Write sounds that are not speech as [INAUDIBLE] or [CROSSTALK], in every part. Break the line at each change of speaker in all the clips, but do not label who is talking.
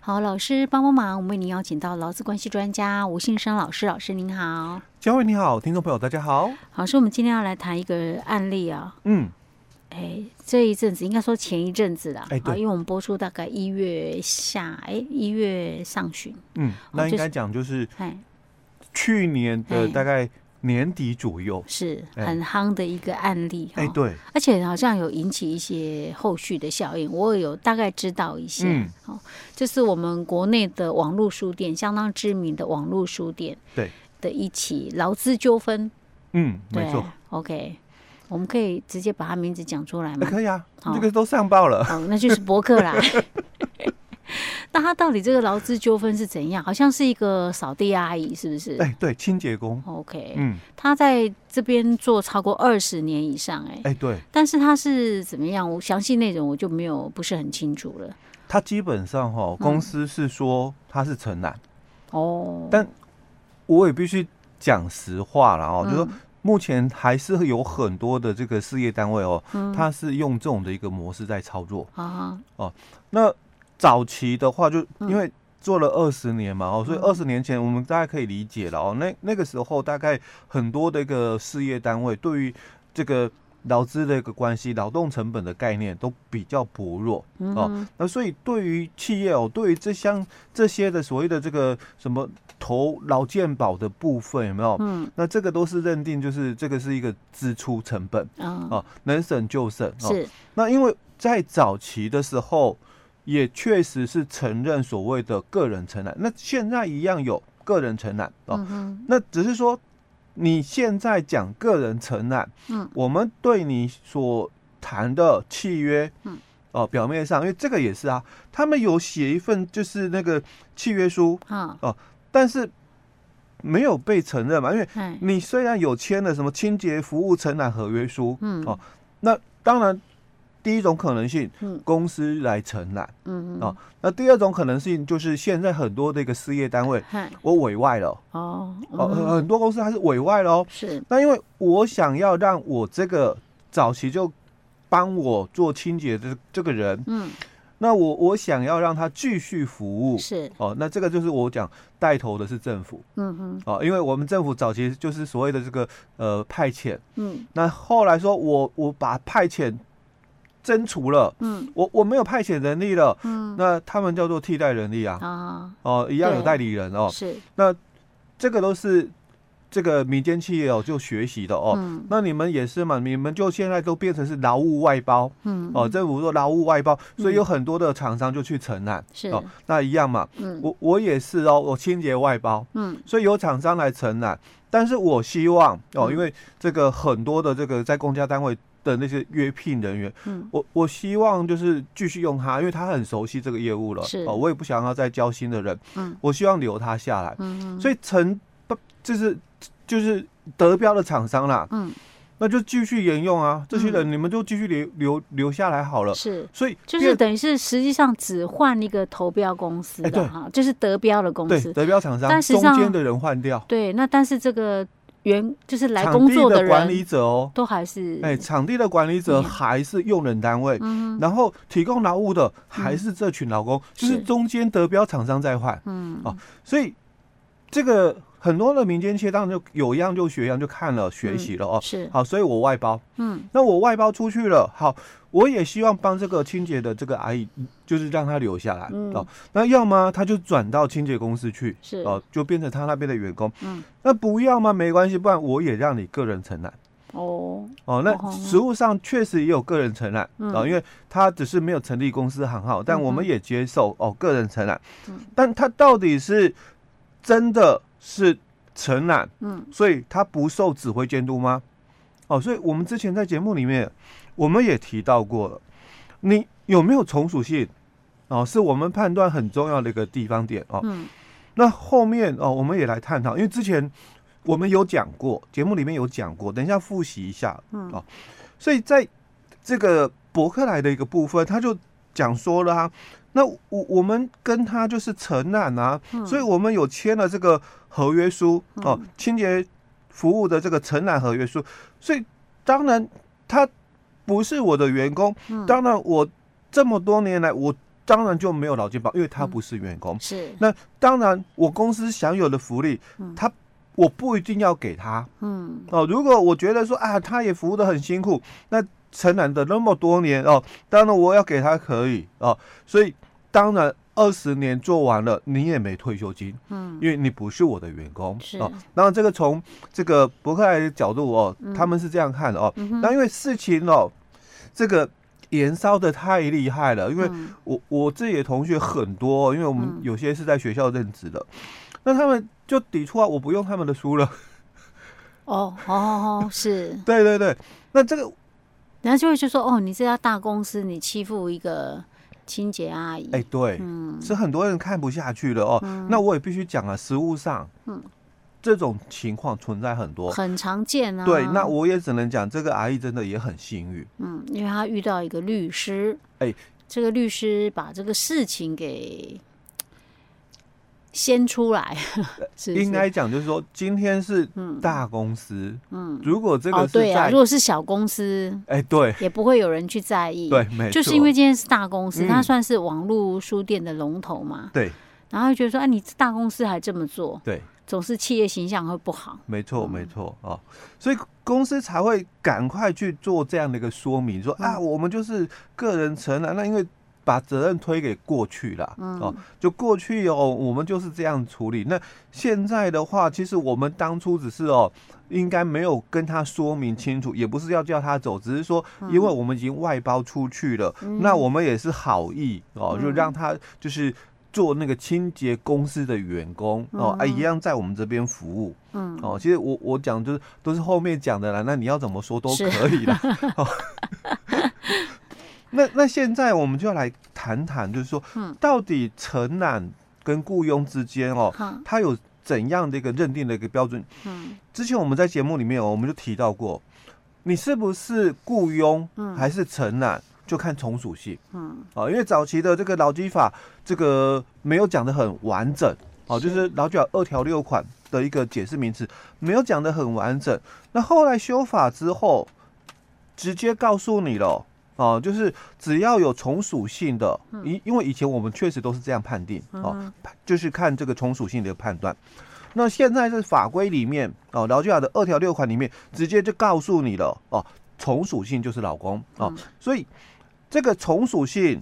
好，老师帮帮忙，我们为您邀请到劳资关系专家吴信生老师，老师您好。
嘉惠你好，听众朋友大家好。
老师，我们今天要来谈一个案例啊，
嗯，
哎，这一阵子应该说前一阵子啦，啊
哎对
好因为我们播出大概一月下，哎，一月上旬，
嗯，那
就
应
是
该讲就是
哎，
去年的
哎
大概年底左右，
是
哎
很夯的一个案例哈、
哎，对，
而且好像有引起一些后续的效应，我有大概知道一些。
嗯
哦，就是我们国内的网络书店，相当知名的网络书店，
对
的一起劳资纠纷，
嗯，
对
没错，
，OK，我们可以直接把他名字讲出来
哎
吗？ [LAUGHS]
可以啊，
好
这个都上报了，
哦，那就是博客
[LAUGHS]
啦。那他到底这个劳资纠纷是怎样？好像是一个扫地阿姨，是不是、
哎，对，清洁工，
o k
嗯，
他在这边做超过二十年以上、哎、
哎，对，
但是他是怎么样？我详细内容我就没有不是很清楚了。
他基本上
嗯
哈，公司是说他是承揽，
哦，
但我也必须讲实话了哦，就说
嗯
目前还是有很多的这个事业单位哦，
嗯
它是用这种的一个模式在操作，
啊，
那早期的话，就
嗯
因为做了二十年嘛，哦，所以
嗯
二十年前我们大家可以理解了哦。那那个时候，大概很多的一个事业单位对于这个劳资的一个关系、劳动成本的概念都比较薄弱。
嗯
哦
哼，
那所以对于企业哦，对于这项这些的所谓的这个什么投劳健保的部分有没有？
嗯
那这个都是认定就是这个是一个支出成本
嗯，
哦，能省就省哦。
是
那因为在早期的时候，也确实是承认所谓的个人承揽，那现在一样有个人承揽哦。
嗯哼，
那只是说你现在讲个人承揽，
嗯，
我们对你所谈的契约，
嗯，
哦、表面上因为这个也是啊，他们有写一份就是那个契约书，
啊，
但是没有被承认嘛，因为
哎，
你虽然有签了什么清洁服务承揽合约书，
嗯，
哦那当然，第一种可能性
嗯，
公司来承揽；
嗯
哦那第二种可能性就是现在很多的一个事业单位，
嗨，
我委外了，
哦，
哦，
嗯
很很多公司它是委外喽。
是，
那因为我想要让我这个早期就帮我做清洁的这这个人，
嗯，
那我我想要让他继续服务。
是，
哦，那这个就是我讲带头的是政府
嗯哼，
哦，因为我们政府早期就是所谓的这个呃派遣，
嗯
那后来说我我把派遣征除了，
嗯
我我没有派遣人力了，
嗯，
那他们叫做替代人力啊，
啊，
哦，一样有
对
代理人哦，
啊是，
这个都是这个民间企业哦就学习的哦。
嗯
那你们也是嘛？你们就现在都变成是劳务外包
嗯，
哦，政府说劳务外包，所以
嗯
有很多的厂商就去承揽
是，
哦。那一样嘛，
嗯
我我也是哦，我清洁外包，
嗯
所以有厂商来承揽，但是我希望哦，
嗯
因为这个很多的这个在公家单位的那些约聘人员，
嗯
我我希望就是继续用他，因为他很熟悉这个业务了
是，
哦，我也不想要再教新的人，
嗯
我希望留他下来，
嗯，
所
以，
以成不就是就是得标的厂商啦，
嗯
那就继续沿用啊，这些人你们就继续留留留下来好了，
是。
所以
就是等于是实际上只换一个投标公司
哎
的
对
哈，就是得标的公
对
司。
得标厂商
但实际
中
上
间的人换掉，
对，那但是这个员就是来
场
工
地
作
的管理
人
者哦，
都还是
哎，场地的管理者
嗯
还是用人单位，
嗯
然后提供劳务的还是这群劳工，就是
是
中间得标厂商在换，
嗯
哦所以这个很多的民间企业当然就有样就学样，就看了学习了哦。
嗯是
好，所以我外包，
嗯
那我外包出去了，好，我也希望帮这个清洁的这个阿姨，就是让她留下来、
嗯
哦。那要么她就转到清洁公司去，
是
哦，就变成她那边的员工。
嗯
那不要吗？没关系，不然我也让你个人承揽。
哦
哦，那
哦
实务上确实也有个人承揽
嗯
啊，因为他只是没有成立公司行号，但我们
嗯
也接受哦个人承揽
嗯，
但他到底是真的是承揽，
嗯
所以他不受指挥监督吗？哦，所以我们之前在节目里面我们也提到过了，你有没有从属性？哦，是我们判断很重要的一个地方点哦。
嗯
那后面哦，我们也来探讨，因为之前我们有讲过，节目里面有讲过，等一下复习一下
嗯
哦所以在这个伯克莱的一个部分，他就讲说了啊，那我我们跟他就是承揽啊，
嗯
所以我们有签了这个合约书哦，清洁服务的这个承揽合约书，所以当然他不是我的员工，
嗯
当然我这么多年来我当然就没有劳健保，因为
嗯
他不是员工。
是，
那当然，我公司享有的福利，他我不一定要给他
嗯，
哦。如果我觉得说啊，他也服务的很辛苦，那承揽的那么多年哦，当然我要给他可以哦。所以当然二十年做完了，你也没退休金，
嗯，
因为你不是我的员工
是
哦。那这个从这个伯克莱的角度哦，
嗯
他们是这样看的哦。那因为事情哦，这个延烧的太厉害了，因为
嗯
我我自己的同学很多、哦，因为我们
嗯
有些是在学校任职的，那他们就抵触啊，我不用他们的书了。 [LAUGHS]
哦哦哦，是，
对对对，那这个
人家就会就说，哦，你这家大公司，你欺负一个清洁阿姨，
哎、对，
嗯，
是很多人看不下去的哦。那我也必须讲啊，实物上，
嗯
这种情况存在很多。
很常见啊。
对，那我也只能讲，这个阿姨真的也很幸运。
嗯，因为他遇到一个律师，
哎
这个律师把这个事情给掀出来，是
呃应
是
该讲就是说，今天是大公司，嗯，如果这个
哦，
是
对啊，
在
如，果是小公司，
哎、对
也不会有人去在意。
对，，没错，
就是因为今天是大公司，
嗯
它算是网络书店的龙头嘛，
对
然后就觉得说，哎、啊，你大公司还这么做，
对，
总是企业形象会不好。
没错没错哦，所以公司才会赶快去做这样的一个说明，
嗯
说啊，我们就是个人承揽，那因为。把责任推给过去啦，
嗯
哦，就过去哦，我们就是这样处理。那现在的话，其实我们当初只是哦，应该没有跟他说明清楚，也不是要叫他走，只是说，
嗯
因为我们已经外包出去了，那我们也是好意哦，
嗯
就让他就是做那个清洁公司的员工哦，啊，一样在我们这边服务。
嗯，
哦，其实我我讲就是都是后面讲的啦，那你要怎么说都
是
可以啦。 [LAUGHS] 哦那那现在我们就来谈谈，就是说，
嗯
到底承揽跟雇佣之间 [LAUGHS] 哦，
哈，
它有怎样的一个认定的一个标准？
嗯
之前我们在节目里面、哦、我们就提到过，你是不是雇佣还是承揽，就看从属性
嗯，
啊、哦因为早期的这个劳基法这个没有讲的很完整哦，就是劳基法二条六款的一个解释名词没有讲的很完整。那后来修法之后，直接告诉你了。哦，就是只要有从属性的，因因为以前我们确实都是这样判定哦，就是看这个从属性的判断。那现在是法规里面哦，劳基法的二条六款里面直接就告诉你了哦，从属性就是老公哦，所以这个从属性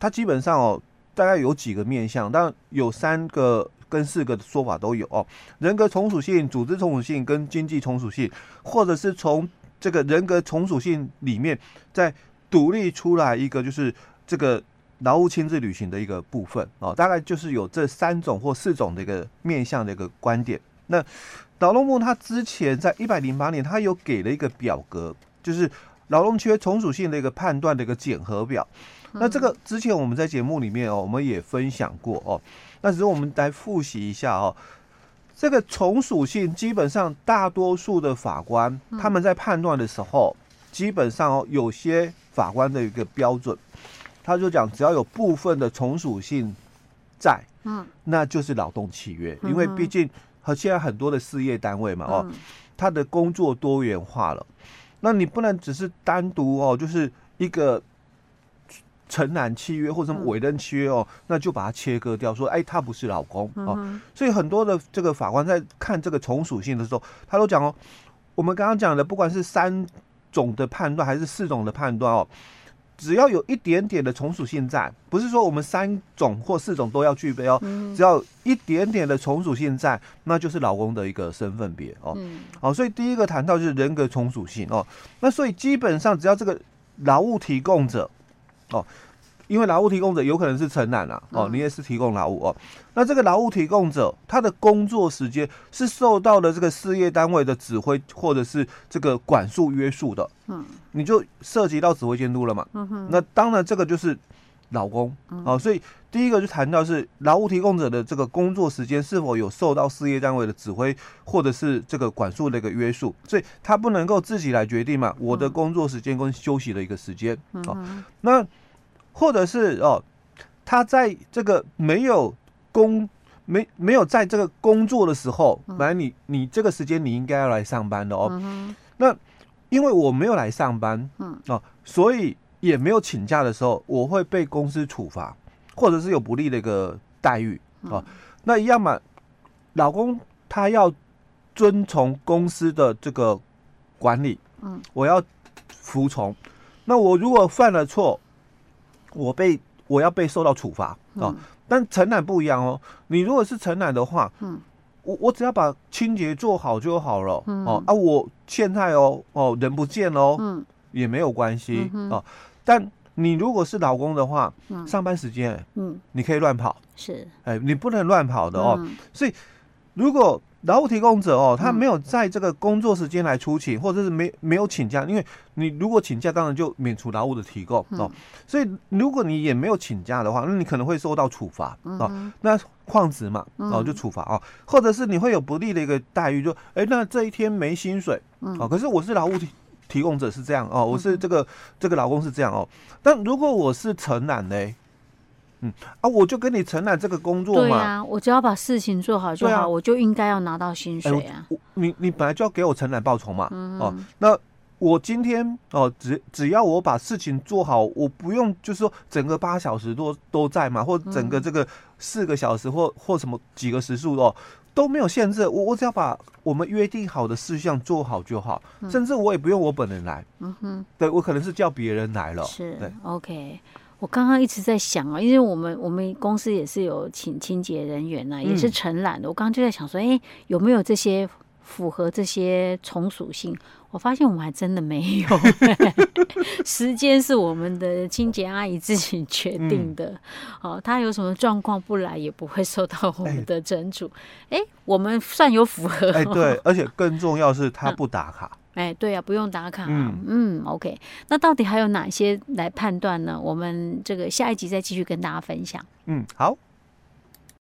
它基本上哦，大概有几个面向，当然有三个跟四个的说法都有哦，人格从属性、组织从属性跟经济从属性，或者是从这个人格从属性里面再独立出来一个就是这个劳务亲自履行的一个部分哦，大概就是有这三种或四种的一个面向的一个观点。那劳动部他之前在一百零八年，他有给了一个表格，就是劳动契约从属性的一个判断的一个检核表。那这个之前我们在节目里面哦，我们也分享过哦。那只是我们来复习一下哦。这个从属性基本上大多数的法官他们在判断的时候，基本上哦有些法官的一个标准，他就讲只要有部分的从属性在，
嗯，
那就是劳动契约，因为毕竟和现在很多的事业单位嘛哦，
嗯
他的工作多元化了，那你不能只是单独哦，就是一个承揽契约或什么委任契约哦，那就把它切割掉，说哎，他不是老公哦。所以很多的这个法官在看这个从属性的时候，他都讲哦，我们刚刚讲的，不管是三种的判断还是四种的判断哦。只要有一点点的从属性在，不是说我们三种或四种都要具备哦，只要有一点点的从属性在，那就是老公的一个身份别哦。
嗯
好，所以第一个谈到就是人格从属性哦。那所以基本上只要这个劳务提供者哦，因为劳务提供者有可能是承揽啦
嗯
哦，你也是提供劳务哦。那这个劳务提供者他的工作时间是受到了这个事业单位的指挥或者是这个管束约束的，
嗯，
你就涉及到指挥监督了嘛。
嗯哼，嗯
那当然这个就是老公哦，所以第一个就谈到是劳务提供者的这个工作时间是否有受到事业单位的指挥或者是这个管束的一个约束，所以他不能够自己来决定嘛，我
嗯
的工作时间跟休息的一个时间哦，那或者是哦，他在这个没有工。没没有在这个工作的时候，本来你你这个时间你应该要来上班的哦，那因为我没有来上班，
嗯
哦，所以也没有请假的时候，我会被公司处罚。或者是有不利的一个待遇
嗯
啊、那一样嘛，老公他要遵从公司的这个管理，
嗯，
我要服从。那我如果犯了错，我被我要被受到处罚啊、
嗯
但承揽不一样哦，你如果是承揽的话，
嗯，
我我只要把清洁做好就好了，
嗯
哦啊，我欠债哦，哦人不见哦，
嗯
也没有关系
嗯哼
哦。但你如果是老公的话，
嗯
上班时间
嗯，
你可以乱跑，
是
哎，你不能乱跑的哦。
嗯
如果劳务提供者哦，他
嗯
没有在这个工作时间来出勤，或者是没没有请假，因为你如果请假，当然就免除劳务的提供
嗯
哦。所以如果你也没有请假的话，那你可能会受到处罚哦。那旷职嘛，哦
嗯
就处罚哦，或者是你会有不利的一个待遇，就哎那这一天没薪水
嗯
哦，可是我是劳务提提供者是这样哦，我是这个这个老公是这样哦，但如果我是承揽嘞，嗯啊我就跟你承揽这个工作
对
嘛，
啊，我只要把事情做好就
对啊哎
好，我就应该要拿到薪水啊。
我你你本来就要给我承揽报酬嘛，
嗯
哦，那我今天哦，只只要我把事情做好，我不用就是说整个八小时都都在嘛，或整
嗯
个这个四个小时或或什么几个时数哦，都没有限制，我我只要把我们约定好的事项做好就好，甚至我也不用我本人来，
嗯哼，
对我可能是叫别人来了，
是
对，
OK。我刚刚一直在想啊，因为我们我们公司也是有请清洁人员呐、也是
嗯
承揽的。我刚刚就在想说，哎、有没有这些符合这些从属性？我发现我们还真的没有。 [LAUGHS] 时间是我们的清洁阿姨自己决定
嗯
的，哦，她有什么状况不来也不会受到我
哎
们的惩处。哎、我们算有符合、
哎、
[LAUGHS]
对，而且更重要是他不打卡，
哎，对呀、不用打卡、啊
嗯。
嗯，OK。那到底还有哪些来判断呢？我们这个下一集再继续跟大家分享。
嗯，好，